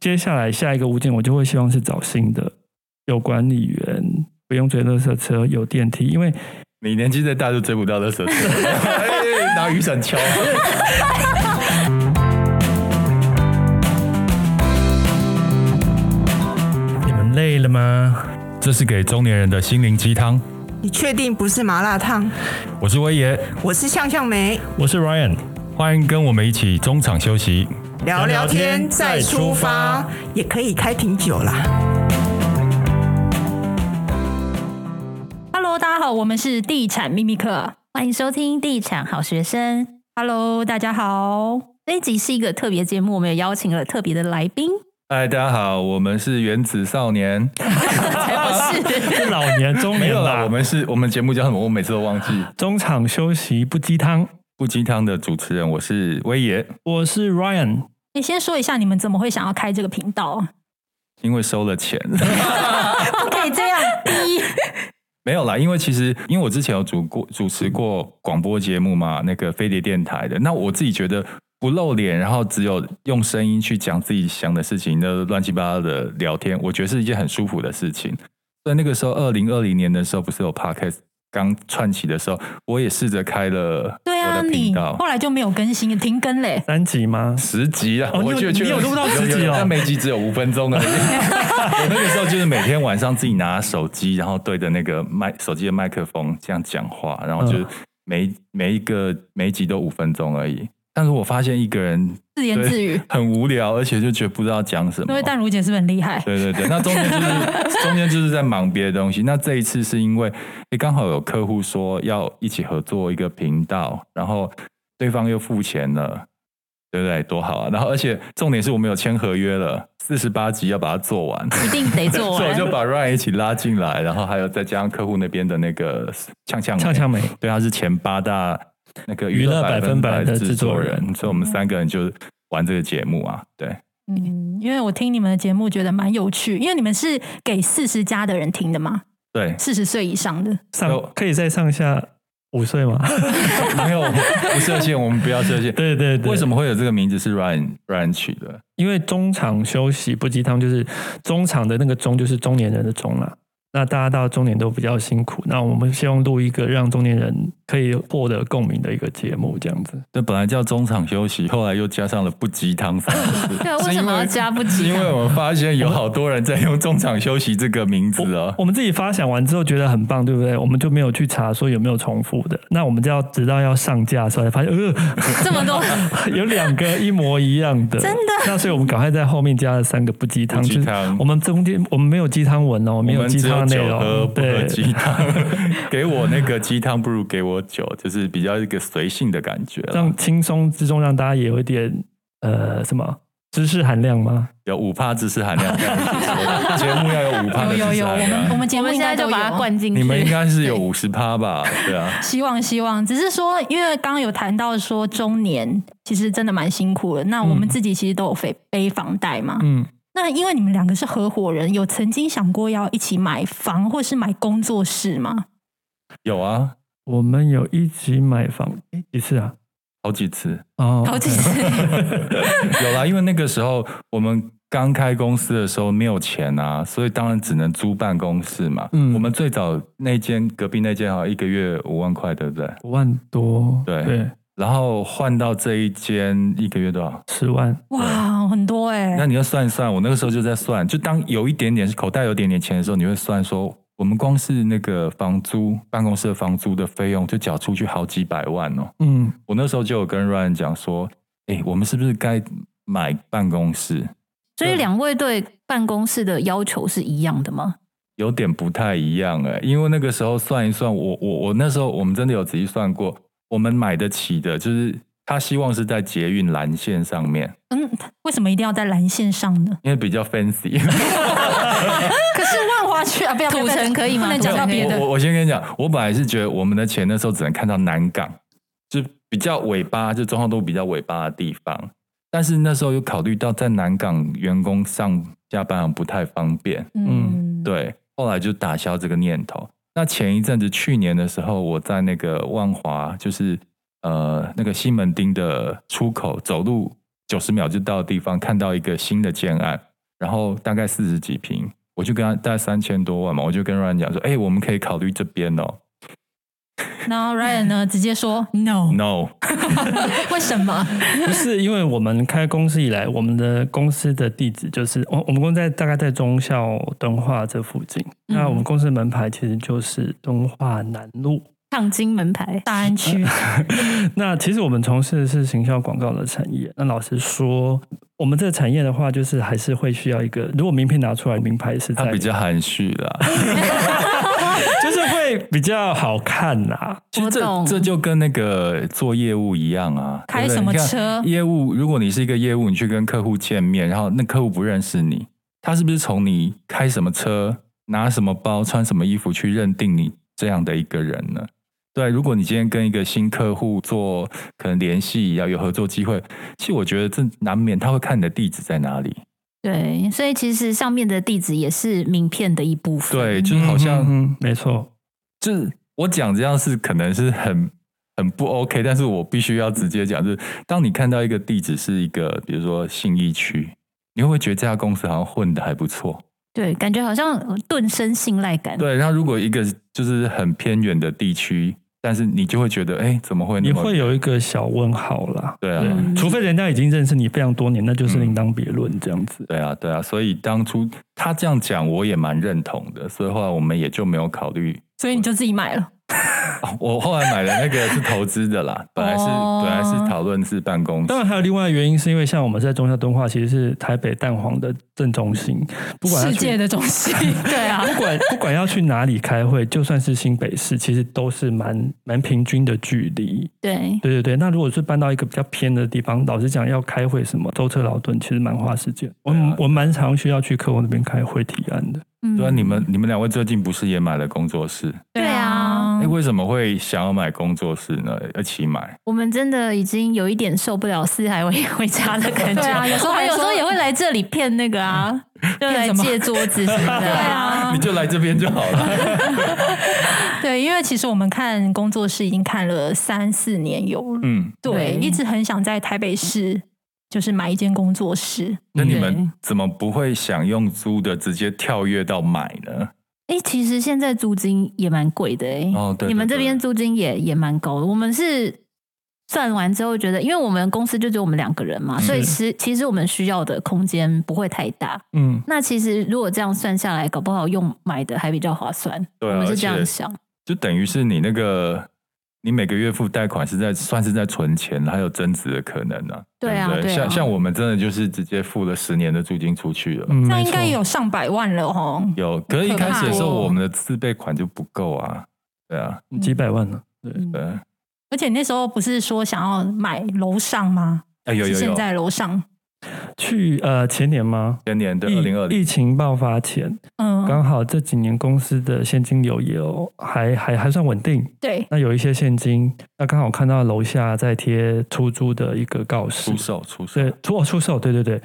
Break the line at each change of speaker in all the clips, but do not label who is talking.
接下来下一个物件，我就会希望是找新的，有管理员，不用追垃圾车，有电梯，因为
你年纪再大就追不到的蛇， 哎拿雨伞敲。
你们累了吗？
这是给中年人的心灵鸡汤。
你确定不是麻辣烫？
我是威爷，
我是向向梅，
我是 Ryan，
欢迎跟我们一起中场休息。
聊
聊
聊
天
天再
再
出
出
发
发，
也可以开瓶酒啦。
Hello，大家好，我们是地产秘密课，欢迎收听地产好学生。Hello，大家好，这一集是一个特别节目，我们也邀请了特别的来宾，
嗨，大家好，我们是原子少年。
才不 是。
是老年中
没
年
有
啦，
啦，我们是我们节目叫什么？我每次都忘 记。
中场休息不鸡汤。
不鸡汤的主持人，我是威爷。
我是 Ryan，
你先说一下，你们怎么会想要开这个频道？
因为收了钱，
不 可以这样低，
没有啦。因为其实因为我之前有主过主持过广播节目嘛，那个飞碟电台的。那我自己觉得不露脸，然后只有用声音去讲自己想的事情，那乱七八糟的聊天，我觉得是一件很舒服的事情。所以那个时候，二零二零年的时候，不是有 podcast 刚串起的时候，我也试着开了
对啊，
我的频
你
道
后。来就没有更新，停更嘞。
三集吗？
十集啊，
哦
我
你有
觉得确
你有录到十集哦
有有有但每集只有五分 钟而已。我那个时候就是每天晚上自己拿手机，然后对着那个麦手机的麦克风这样讲话，然后
嗯
就是每、每一个每一集都五分钟而已。但是我发现一个人
自言自语，
很无聊，而且就觉得不知道讲什么
因为。淡如姐是不是很厉害？
对对对，那中间就 是中间就是在忙别的东西。那这一次是因为，诶，刚好有客户说要一起合作一个频道，然后对方又付钱了，对不对？多好啊！然后而且重点是我们有签合约了，四十八集要把它做完，
一定得做
所以我
完。
就把 Ryan 一起拉进来，然后还有再加上客户那边的那个呛呛
呛呛美，
对，他是前八大那个
娱乐百分百
百
的
制
制作
作
人
人，所以我们三个人就玩这个节目啊，对。
嗯，因为我听你们的节目觉得蛮有趣，因为你们是给四十加的人听的嘛，
对，
四十岁以上 的。
上
有
可以再上下五岁 吗？
没有不设限，我们不要设限。
对对对，
为什
么？
么会有这个名字是 Ryan Ryan 取的？
因为中场休息不鸡汤，就是中场的那个中就是中年人的中啦。那大家到中年都比较辛苦，那我们希望录一个让中年人可以获得共鸣的一个节目，这样子。
这本来叫中场休息，后来又加上了不鸡汤三个字。
对啊，为
是
什
因
么要加不
是
及
因为我发现有好多人在用中场休息这个名字哦。
我们自己发想完之后觉得很棒，对不对？我们就没有去查说有没有重复的。那我们就要直到要上架的时候才发现，呃，
这么多？
有两个一模一样的，
真的。
那所以我们赶快在后面加了三个不鸡汤，
不鸡汤
就是我们中间我们没有鸡汤文哦，没
我
有
们
鸡
只有
汤的内
酒喝，
容，
不喝
对，
鸡汤。 给我那个鸡汤，不如给我酒，就是比较一个随性的感觉啦，
让轻松之中让大家也有一点呃什么知识含量吗？
有五趴知识含量。 节目要有五趴的
有
知
有
识
有，我
含
们我
量。
们节
我
目
们
应
现
该
在
都
就
有
把它。灌进去。
你们应该是有
对
五十趴吧？对啊。
希望希望，只是说，因为刚刚有谈到说中年其实真的蛮辛苦的。那我们
嗯
自己其实都有背背房贷嘛。
嗯，
那因为你们两个是合伙人，有曾经想过要一起买房或是买工作室吗？
有啊，
我们有一起买房，诶几次啊？
好几次
哦，
好几次，
有啦，因为那个时候我们刚开公司的时候没有钱啊，所以当然只能租办公室嘛。
嗯
我们最早那间隔壁那间好像一个月五万块，对不对？
五万多，
对然后换到这一间一个月多少？
十万，
哇，很多哎、
那你要算一算，我那个时候就在算，就当有一点点口袋有点点钱的时候，你会算说，我们光是那个房租办公室的房租的费用就缴出去好几百万哦。
嗯，
我那时候就有跟 Ryan 讲说，哎，我们是不是该买办公室？
所以两位对办公室的要求是一样的吗？
有点不太一样哎、因为那个时候算一算，我我我那时候我们真的有仔细算过，我们买得起的，就是他希望是在捷运蓝线上面，
嗯，为什么一定要在蓝线上呢？
因为比较 fancy。
可是万华区啊，不要
土城可以吗
不能讲到
土城可以
别
吗
我
的。
我我先跟你讲，我本来是觉得我们的钱那时候只能看到南港，就比较尾巴，就中号都比较尾巴的地方。但是那时候又考虑到在南港员工上下班很不太方便，
嗯，
对，后来就打消这个念头。那前一阵子，去年的时候，我在那个万华，就是呃那个西门町的出口，走路九十秒就到的地方，看到一个新的建案，然后大概四十几平，我就跟他大概三千多万嘛，我就跟 Ryan 讲说，哎、我们可以考虑这边哦。
然后 Ryan 呢直接说 no，
No，
为什么？
不是因为我们开公司以来，我们的公司的地址就是我我们公司在大概在忠孝敦化这附近。
嗯
那我们公司的门牌其实就是敦化南路。
烫金门牌，
大安区，
那其实我们从事的是行销广告的产业。那老实说，我们这个产业的话，就是还是会需要一个，如果名片拿出来，名牌是
他
在
比，较含蓄啦。
就是会比较好看啦、
其实
我
这
懂
这就跟那个做业务一样啊，
开
对不对
什么
你看
车
业务，如果你是一个业务，你去跟客户见面，然后那客户不认识你，他是不是从你开什么车、拿什么包、穿什么衣服去认定你这样的一个人呢？对，如果你今天跟一个新客户做可能联系，要有合作机会，其实我觉得这难免他会看你的地址在哪里。
对，所以其实上面的地址也是名片的一部分。
对， 就是好像、
嗯没错，
就是我讲这样是可能是很很不 OK，但是我必须要直接讲，就是当你看到一个地址是一个，比如说信义区，你会不会觉得这家公司好像混的还不错？
对，感觉好像呃顿生信赖感。
对，然后如果一个就是很偏远的地区，但是你就会觉得，哎、怎么会
你
那么
会有一个小问号啦。
对啊？
嗯
除非人家已经认识你非常多年，那就是
嗯
另当别论这样子。
对啊，对啊，所以当初他这样讲，我也蛮认同的，所以后来我们也就没有考虑。
所以你就自己买了。
哦我后来买的那个是投资的啦，本来是、
哦
本来是讨论是办公室
当，然还有另外的原因，是因为像我们在中孝敦化，其实是台北蛋黄的正中心，不管要
世
去
界的中 心，对啊，
不管不管要去哪里开会，就算是新北市，其实都是蛮蛮平均的距离。
对，
对对对，那如果是搬到一个比较偏的地方，老实讲，要开会什么舟车劳顿，其实蛮花时间。我
对啊
我蛮常需要去客户那边开会提案的。
嗯
对啊，你们你们两位最近不是也买了工作室？
对啊
哎、，为什么会想要买工作室呢？一起买？
我们真的已经有一点受不了四海为回家的感觉。
对啊有时候
我们
还
有时候
说
也会来这里骗那个啊，就
骗
来
什么
借桌子什么的。
对，
嗯
啊
你，就来这边就好了。
对，因为其实我们看工作室已经看了三四年有了，
嗯，
对
对，一直很想在台北市就是买一间工作室。
那你
对
们怎么不会想用租的直接跳跃到买呢？
哎、其实现在租金也蛮贵的哎、
哦对对
你们这
对
边租金也也蛮高的。我们是算完之后觉得，因为我们公司就只有我们两个人嘛，所
嗯
以其其实我们需要的空间不会太大。
嗯，
那其实如果这样算下来，搞不好用买的还比较划算。
对啊
我们是这
而且
样想。
就等于是你那个，你每个月付贷款是在算是在存钱，还有增值的可能呢、
对啊
不
对啊
像像我们真的就是直接付了十年的租金出去了。
嗯
那应该
没错
有上百万了哦。
有，可是一
可
开
怕
始的时候，
哦
我们的自备款就不够啊。对啊，
几百万呢、对，
对啊。
而且那时候不是说想要买楼上吗？
哎，有
是
有
现
有，
在楼上，
去呃前年吗？
前年的
疫
二零二零，
疫情爆发前，
嗯，
刚好这几年公司的现金流也有还还还算稳定，
对，
那有一些现金，那刚好看到楼下在贴出租的一个告示
出，售出售
对，出出售，对对对。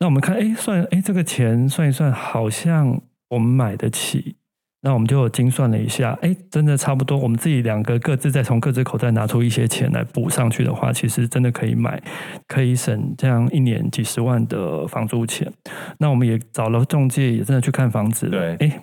那我们看，哎，算，哎，这个钱算一算，好像我们买得起。那我们就精算了一下，哎，真的差不多。我们自己两个各自再从各自口袋拿出一些钱来补上去的话，其实真的可以买，可以省这样一年几十万的房租钱。那我们也找了中介，也真的去看房子了。
对
哎，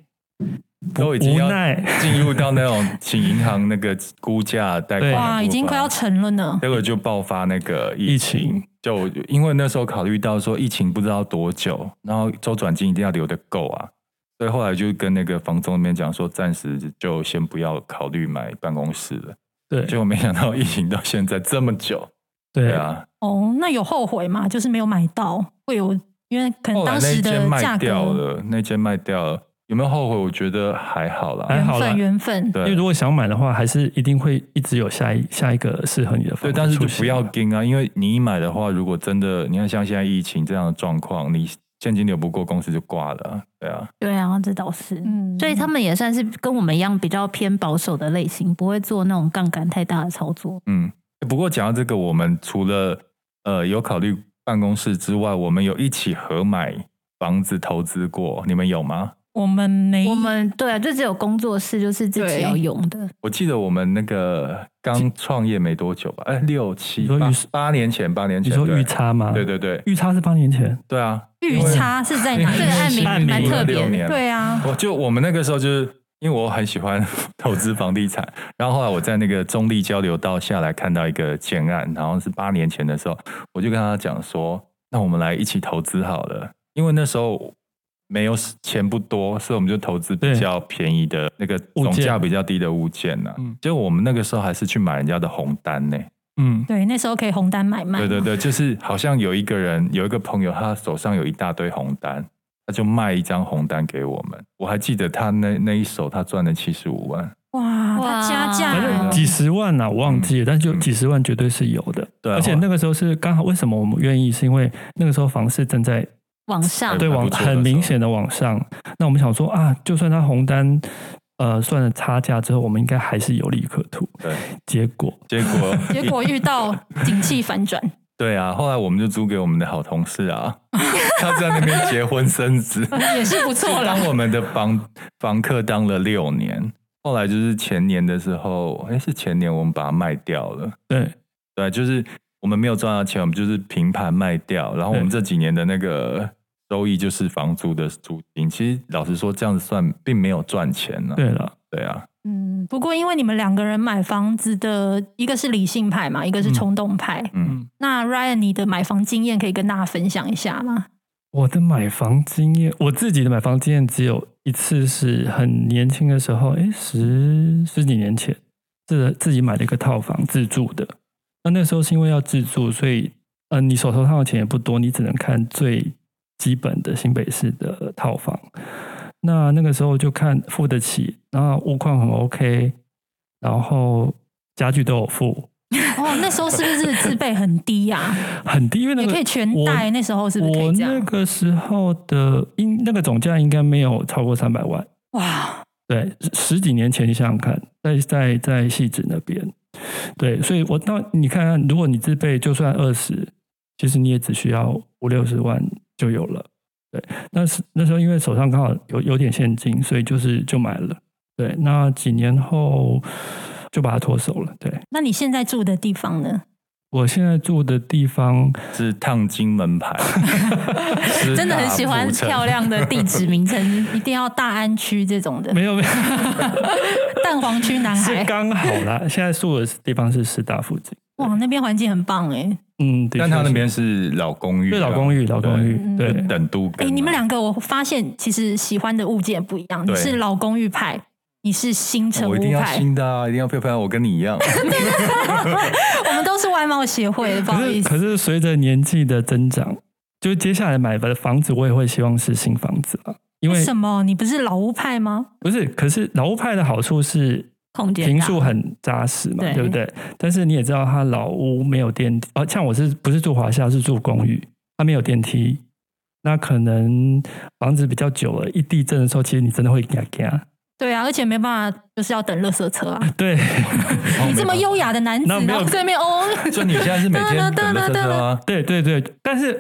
都已经
无
要
奈，
进入到那种请银行那个估价贷款
对
的
哇，
部
已经
分
快要成了呢。
结果就爆发那个疫
疫情，
就因为那时候考虑到说疫情不知道多久，然后周转金一定要留得够啊，所以后来就跟那个房东那边讲说，暂时就先不要考虑买办公室了。
对
结果没想到疫情到现在这么久，
对
对，啊，
哦，那有后悔吗？就是没有买到，会有因为可能
后来
当
那
时
间
的价
卖掉
格
了，那间卖掉了，有没有后悔？我觉得还好啦，
还
缘
好啦
分缘分，
因为
对啊
如果想买的话，还是一定会一直有下一下一个适合你的房子
对，但是就
出现
不要跟啊，因为你一买的话，如果真的你看像现在疫情这样的状况，你现金流不够，公司就挂了啊，对啊。
对啊，这倒是。
嗯，
所以他们也算是跟我们一样比较偏保守的类型，不会做那种杠杆太大的操作。
嗯，不过讲到这个，我们除了呃有考虑办公室之外，我们有一起合买房子投资过，你们有吗？
我们没
我们对啊，就只有工作室就是自己
对
要用的，
我记得我们那个刚创业没多久吧，哎，六七
你说
八
预
八年前，八年
你
前，
说
对
预差吗？
对对对
预差是八年前，
对啊，
玉叉是在
因
哪一
为
区？
这个案名蛮特别
16年
的，
对啊，
我哦就我们那个时候就是因为我很喜欢 投资房地产，然后后来我在那个中立交流道下来看到一个建案，然后是八年前的时候，我就跟他讲说，那我们来一起投资好了，因为那时候。没有钱不多，所以我们就投资比
对
较便宜的那个
物
总
件
价比较低的物件呢、啊
嗯。
结果我们那个时候还是去买人家的红单呢、
嗯，
对，那时候可以红单买卖。
对对对，就是好像有一个人，有一个朋友，他手上有一大堆红单，他就卖一张红单给我们。我还记得他那那一手，他赚了七十五万。
哇，
哇
它加价
反正
哦，
几十万啊呐、我忘记了，但就
啊嗯
几十万绝对是有的。
对啊
而且那个时候是刚好，为什么我们愿意？是因为那个时候房市正在
往上
还
对
蛮
往
不错的
很明显的往上。那我们想说啊，就算它红单呃算了差价之后，我们应该还是有利可图。
对，
结果
结果
结果遇到景气反转，
对啊，后来我们就租给我们的好同事啊，他在那边结婚生子，
也是不错 啦。
当我们的房房客当了六年。后来就是前年的时候，哎，是前年我们把它卖掉了。
对
对，就是我们没有赚到钱，我们就是平盘卖掉，然后我们
对
这几年的那个收益就是房租的租金。其实老实说，这样子算并没有赚钱呢、
对了，
对啊，
嗯，不过因为你们两个人买房子的一个是理性派嘛，一个是冲动派。
嗯，
那 Ryan，你的买房经验可以跟大家分享一下吗？
我的买房经验，我自己的买房经验只有一次，是很年轻的时候，哎，十十几年前，自自己买了一个套房自住的。那那时候是因为要自住，所以呃，你手头上的钱也不多，你只能看最基本的新北市的套房。那那个时候就看付得起，然后物况很 OK，然后家具都有付，
哦，那时候是不是自备很低呀、
很低，因为那
也
个
可以全
我
贷，那时候是不是可
我
以这
那
样？
个时候的应那个总价应该没有超过三百万。
哇，
对，十十几年前你想想看，在在在戏子那边，对，所以我那你看看，如果你自备就算二十，其实你也只需要五六十万就有了。对，那是那时候因为手上刚好有有点现金，所以就是就买了。对，那几年后就把它脱手了。对
那你现在住的地方呢？
我现在住的地方，
是烫金门牌，师
真的很
大
喜欢
附城
漂亮的地址名称。
一定要大安区这种的，
没有没有。
蛋黄区男
是
孩，
刚好啦。现在住的地方是师大附近，
哇，那边环境很棒哎。
嗯，的
但
确
他那
是
边是老公寓啊，
对老公寓，老公寓
对
对
对，等都
哎、
跟啊
你们两个，我发现其实喜欢的物件不一样，
对
你是老公寓派，你是新城
哦我
屋
一定要
派，
新的啊，一定要漂漂亮，我跟你一样。
我们都是外貌协会，不
可
好意
是
思。
可是随着年纪的增长，就接下来买的房子，我也会希望是新房子了，因为
什么？你不是老屋派吗？
不是，可是老屋派的好处是。
空间大
平数很扎实嘛，
对
对不对？但是你也知道，它老屋没有电梯，啊，像我是不是住华夏，是住公寓，它没有电梯。那可能房子比较久了，一地震的时候，其实你真的会嘎嘎。
对啊，而且没办法，就是要等垃圾车啊。
对，
你这么优雅的男子，
那没有
然后对面哦，
就你现在是每天等垃圾车啊吗？
对对对，但是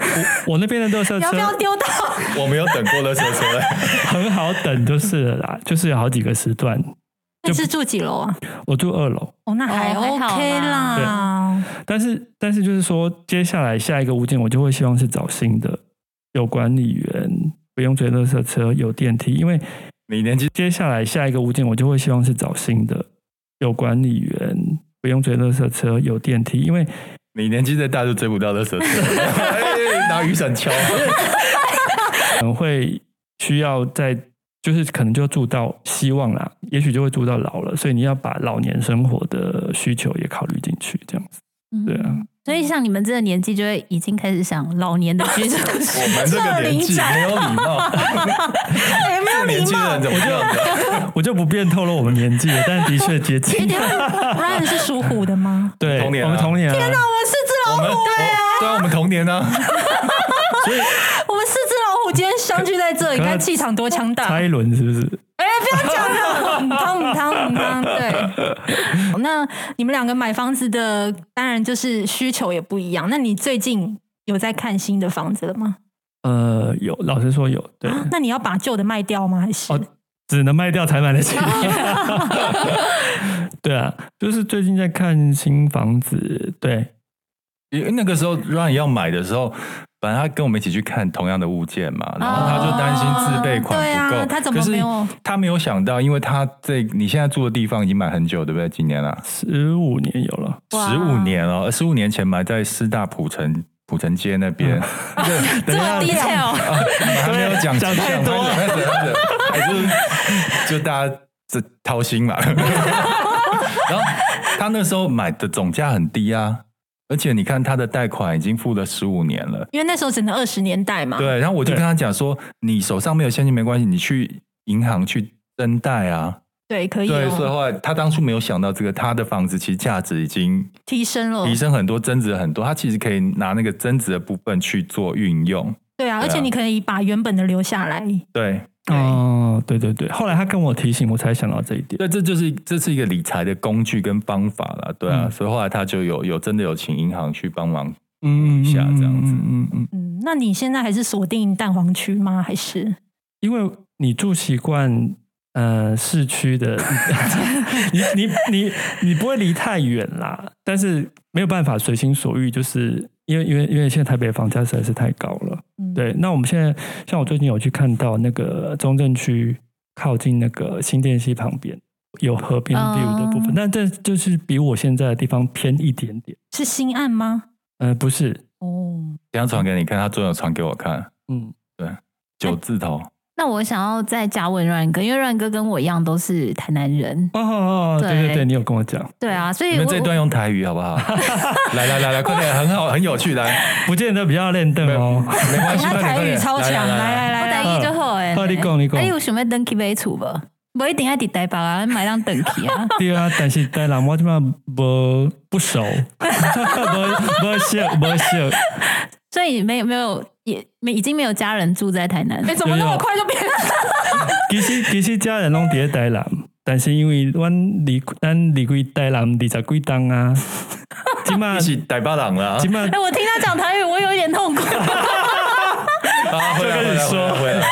我 我那边的垃圾车
你要不要丢到？哎
我没有等过垃圾车，
很好等就是了啦， 就是有好几个时段。
那是住几楼啊？
我住二楼，
哦，那还
哦还好
OK
啦
啦。
但是但是就是说，接下来下一个物件，我就会希望是找新的，有管理员，不用追垃圾车，有电梯。因为
你年纪
接下来下一个物件，我就会希望是找新的，有管理员，不用追垃圾车，有电梯。因为
你年纪再大就追不到垃圾 车，哎拿雨伞敲。
可能会需要在，就是可能就住到希望啦，也许就会住到老了，所以你要把老年生活的需求也考虑进去，这样子。对啊，
嗯所以像你们这个年纪，就会已经开始想老年的居住。
我们这个年纪没有礼 貌，
哎
没有年纪的人怎么这样的？
我就不便透露我们年纪了，但的确接
哎
近。
Ryan 是属虎的 吗？
对，
同年啊
我们同年、啊。天哪，
我 们我对啊，我们童年呢，
我们四只老虎今天相聚在这里，
可
看气场多强大。
差一轮是不是？
嗯汤汤汤汤，对。那你们两个买房子的，当然就是需求也不一样。那你最近有在看新的房子了吗？
呃，有，老实说有，对，
那你要把旧的卖掉吗？还是、
哦只能卖掉才买得 起。对啊，就是最近在看新房子，对，
因为那个时候 Run 要买的时候，反正他跟我们一起去看同样的物件嘛，然后他就担心自备款
哦对啊
不够，
他怎么
可是
没有
他没有想到，因为他在你现在住的地方已经买很久，对不对？几年了？
十五年有了，
哇
十五年了，十五年前买在师大浦城浦城街那
嗯
边，
这么 detail，啊
还没有 讲
讲太多了
了，还是就大家这掏 心嘛。然后他那时候买的总价很低啊，而且你看他的贷款已经付了十五年了，
因为那时候只能二十年 代嘛。
对。然后我就
对
跟他讲说，你手上没有现金没关系，你去银行去增贷啊。
对，可以
对，所以
哦，
后来他当初没有想到这个，他的房子其实价值已经
提升了啊
提。升很多，增值很多，他其实可以拿那个增值的部分去做运用。
对啊，而且你可以把原本的留下来。
对，
哦，对对对，后来他跟我提醒，我才想到这一点。
对，这就是这是一个理财的工具跟方法啦，对啊，
嗯
所以后来他就有有真的有请银行去帮忙，
嗯
一下这样子
嗯嗯嗯，
嗯，那你现在还是锁定蛋黄区吗？还是
因为你住习惯呃市区的， 你你你你不会离太远啦，但是没有办法随心所欲，就是因为因为因为现在台北房价实在是太高了。
嗯
对，那我们现在像我最近有去看到那个中正区靠近那个新店溪旁边。有河边
哦
view 的部分，
嗯
但这就是比我现在的地方偏一点点。
是新案吗？
呃，不是，
哦，
等一下传给你看，他昨天有传给我看，
嗯，
九字头，
那我想要再加问阮哥，因为阮哥跟我一样都是台南人，
哦哦哦，对对
对
对，你有跟我讲，
对啊，所
哎
你
以
们
我
这一段用台语好不 好？来来来来，快点，很好，很有趣，来，
不见得比较练凳
没有
哦。
没关系，
他
快点
台
快
语
点
超强，来来
我
来
台
来，
语就好哎、
好哦你讲你讲
啊，有想要登去买厝无？无一定要伫台北啊，咱买当登去 啊。
对啊，但是台南我即摆无不熟，无无熟无熟，
所以没有没有也没已经没有家人住在台南
哎，。怎么那么快就变？
其实其实家人拢伫咧台南，但是因为阮离咱离开台南二十几冬啊，即摆
一起逮巴郎了啊，
即摆
哎、我听他讲台语，我有一点痛苦。
啊，回来
就跟
回
你
来回
说
来回来，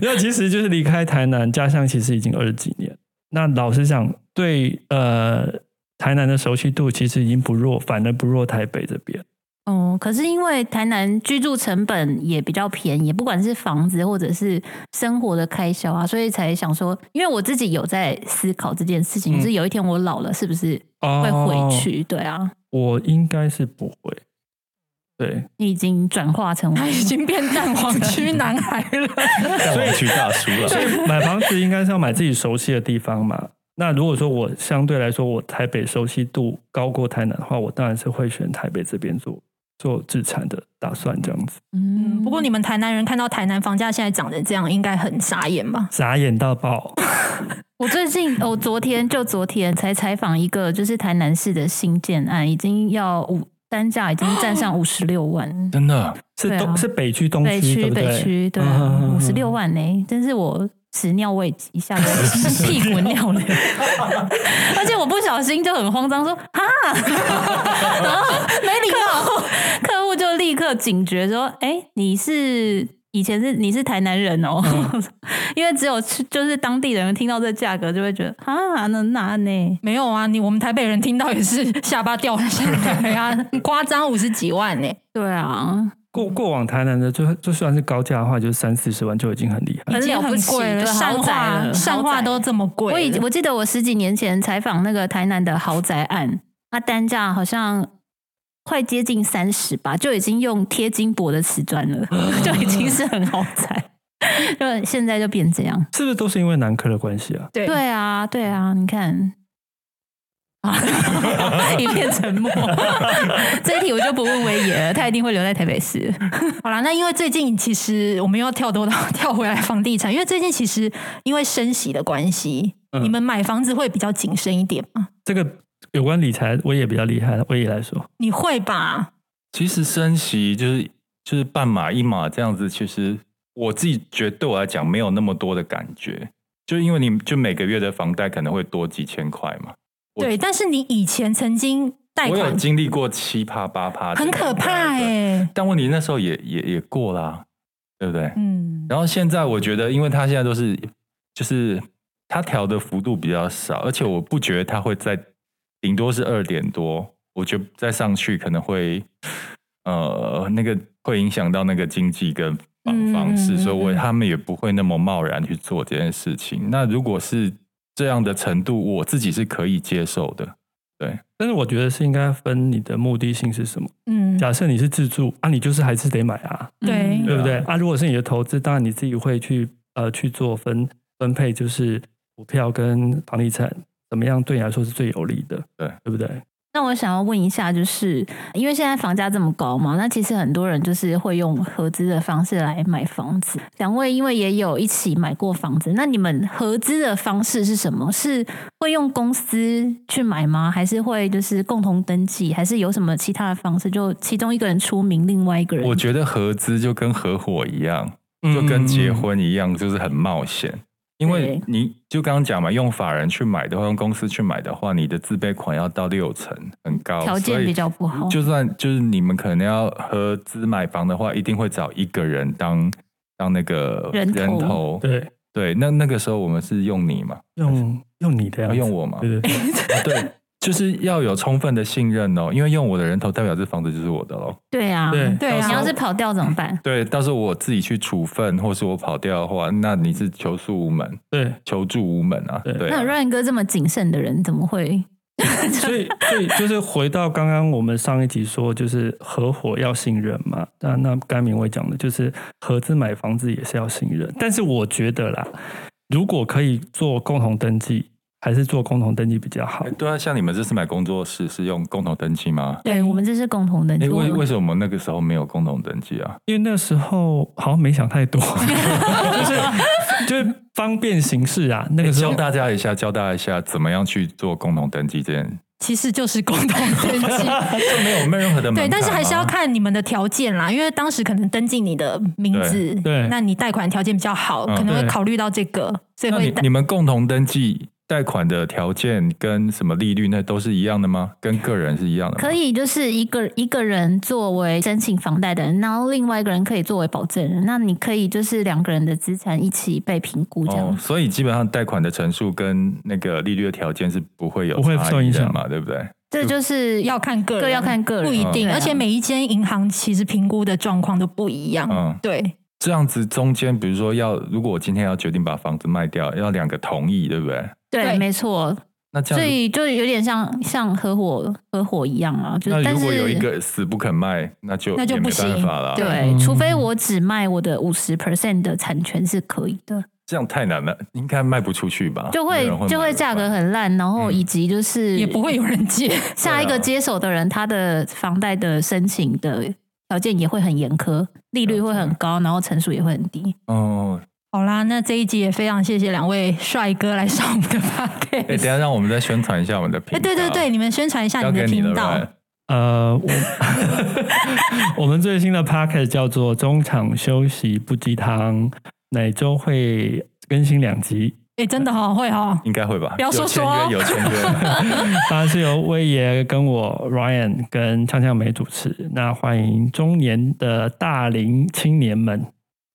那其实就是离开台南家乡，其实已经二十几年。那老实讲，对呃台南的熟悉度其实已经不弱，反而不弱台北这边。
哦，可是因为台南居住成本也比较便宜，不管是房子或者是生活的开销啊，所以才想说，因为我自己有在思考这件事情，
嗯
就是有一天我老了，是不是
哦
会回去？对啊，
我应该是不会。对，
你已经转化成
他
为
已经变蛋黄区男孩了。
蛋黄区大叔了，
买房子应该是要买自己熟悉的地方嘛。那如果说我相对来说我台北熟悉度高过台南的话，我当然是会选台北这边做做自产的打算，这样子
嗯，不过你们台南人看到台南房价现在涨成这样，应该很傻眼吧？
傻眼到爆。
我最近，我昨天就昨天才采访一个，就是台南市的新建案，已经要五单价已经站上五十六万，
真的，
是
对啊
东、是北区东
北
区
区
对不对？
北区对啊
嗯
五十六万呢、真是我始料未及，一下子 屁滚尿流， 而且我不小心就很慌张说哈，然后没礼貌，客户就立刻警觉说，哎、你是。以前是你是台南人哦，
嗯
因为只有去就是当地人听到这价格就会觉得啊，那那呢？
没有啊，你我们台北人听到也是下巴掉下来啊， 夸张五十几万呢、
对啊，
过过往台南的就就算是高价的话，就是三四十万就已经很厉害。
很
已经
了不
很
起
贵了，
对
善
豪宅
化
了
善
豪
化
宅
都这么贵
我
了。
以我记得我十几年前采访那个台南的豪宅案，那单价好像快接近三十吧，就已经用贴金箔的瓷砖了， 就已经是很豪宅。 就现在就变这样，
是不是都是因为南科的关系啊？
对
对啊，对啊，你看， 啊，一片沉默。这一题我就不问威爷了，他一定会留在台北市。
好啦，那因为最近其实我们又要跳多到 跳回来房地产，因为最近其实因为升息的关系，
嗯
你们买房子会比较谨慎一点吗？
这个有关理财，我也比较厉害。我也来说，
你会吧？
其实升息就是就是半马一马这样子，其实我自己觉得对我来讲没有那么多的感觉，就因为你就每个月的房贷可能会多几千块嘛。我
对，但是你以前曾经贷
我有
款
经历过七趴八趴，
很可怕哎、
对但问题那时候也也也过啦、对不对？
嗯，
然后现在我觉得，因为他现在都是就是他调的幅度比较少，而且我不觉得他会再顶多是二点多，我觉得再上去可能会呃那个会影响到那个经济跟
嗯
方方式，
嗯
所以我
嗯
他们也不会那么贸然去做这件事情。那如果是这样的程度，我自己是可以接受的。
但是我觉得是应该分你的目的性是什么。
嗯，
假设你是自住啊，你就是还是得买啊，
嗯
对
对不对？啊，如果是你的投资，当然你自己会去呃去做分分配，就是股票跟房地产怎么样对你来说是最有利的，
对
对不对？
那我想要问一下，就是因为现在房价这么高嘛，那其实很多人就是会用合资的方式来买房子。两位因为也有一起买过房子，那你们合资的方式是什么？是会用公司去买吗？还是会就是共同登记？还是有什么其他的方式？就其中一个人出名，另外一个人
我觉得合资就跟合伙一样，
嗯
就跟结婚一样，就是很冒险。因为
对
你就刚刚讲嘛，用法人去买的话，用公司去买的话，你的自备款要到六成，很高，
条件
所以
比较不好
就算就是你们可能要合资买房的话，一定会找一个人当当那个
人头
对，
对，那那个时候我们是用你嘛，
用用你的样
要
子，
用我嘛，
对对对，
啊对，就是要有充分的信任哦，因为用我的人头代表这房子就是我的喽。
对啊，
对
对
你
啊
要是，跑掉怎么办？
对，到时候我自己去处分，或是我跑掉的话，那你是求诉无门，
对，
求助无门啊。
对
对
那
啊
Ryan 哥这么谨慎的人，怎么会？
所以所以就是回到刚刚我们上一集说，就是合伙要信任嘛。那那甘明伟讲的就是合资买房子也是要信任，但是我觉得啦，如果可以做共同登记，还是做共同登记比较好
哎。对啊，像你们这次买工作室是用共同登记吗？
对我们这是共同登
哎，
记。我
为
啊
们
为什么那个时候没有共同登记啊？
因为那时候好像没想太多，就是就是方便行事啊。那
哎
个时
教
候，
大家一下，教大家一下怎么样去做共同登记这件，
其实就是共同 登记。
就没有没有任何的门槛
对，但是还
吗
是要看你们的条件啦，因为当时可能登记你的名字，
对
那你贷款条件比较好，
嗯
可能会
对
考虑到这个，所以
那
会
你
贷
你们共同登记贷款的条件跟什么利率那都是一样的吗？跟个人是一样的吗？
可以就是一个一个人作为申请房贷的人，然后另外一个人可以作为保证人。那你可以就是两个人的资产一起被评估这样。
哦，所以基本上贷款的成数跟那个利率的条件是不会有
不会
差异
受影响
的嘛，对不对？
这就是
要看个
各
人，
要看个人，
不一定，
对啊
而且每一间银行其实评估的状况都不一样。
嗯，
对，
这样子中间比如说要，如果我今天要决定把房子卖掉，要两个同意，对不对？
对，
对
没错，
那这
所
样子，
以就有点像像合伙合伙一样啊，就
那
但
如
是
果有一个死不肯卖，那就
那就
也没
不行
办法了。
对，
嗯
除非我只卖我的五十 percent 的产权是可以的，
这样太难了，啊应该卖不出去吧？
就
没
会
有人
就
买
会
吧
价格很烂，然后以及就是
也不会有人借。
下一个接手的人，他的房贷的申请的条件也会很严苛，利率会很高，然后成数也会很低。
哦。
好啦，那这一集也非常谢谢两位帅哥来上我们的 podcast。
哎，等一下让我们再宣传一下我们的
哎
频道。
对对对，你们宣传一下
交
你
给
的
你
频
了
道
Ryan。
呃，我 我们最新的 p o c a s t 叫做“中场休息不鸡汤”，每周会更新两集。
哎、真的好、会哦，
应该会吧？
不要说说哦
有签约，有签约。
当然是由威爷跟我 Ryan 跟呛呛梅主持。那欢迎中年的大龄青年们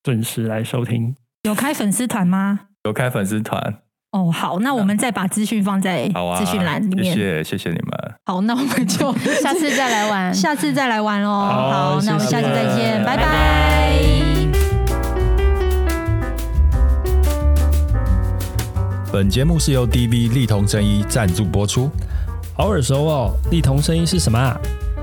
准时来收听。
有开粉丝团吗？
有开粉丝团，
哦，好，那我们再把资讯放在
好啊，
资讯栏里面。
谢谢谢谢你们，
好，那我们就
下次再来 玩，
下次再来玩哦。
好
好，那我们
谢
下
谢
次再见，拜
拜
拜。
本节目是由 DV 力同正一赞助播出。
好耳熟哦，力同声音是什么啊？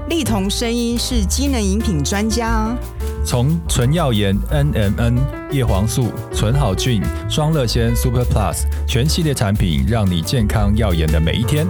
力同声音是机能饮品专家哦。
从纯耀颜 NMN、叶黄素、纯好菌、双乐仙 Super Plus 全系列产品，让你健康耀眼的每一天。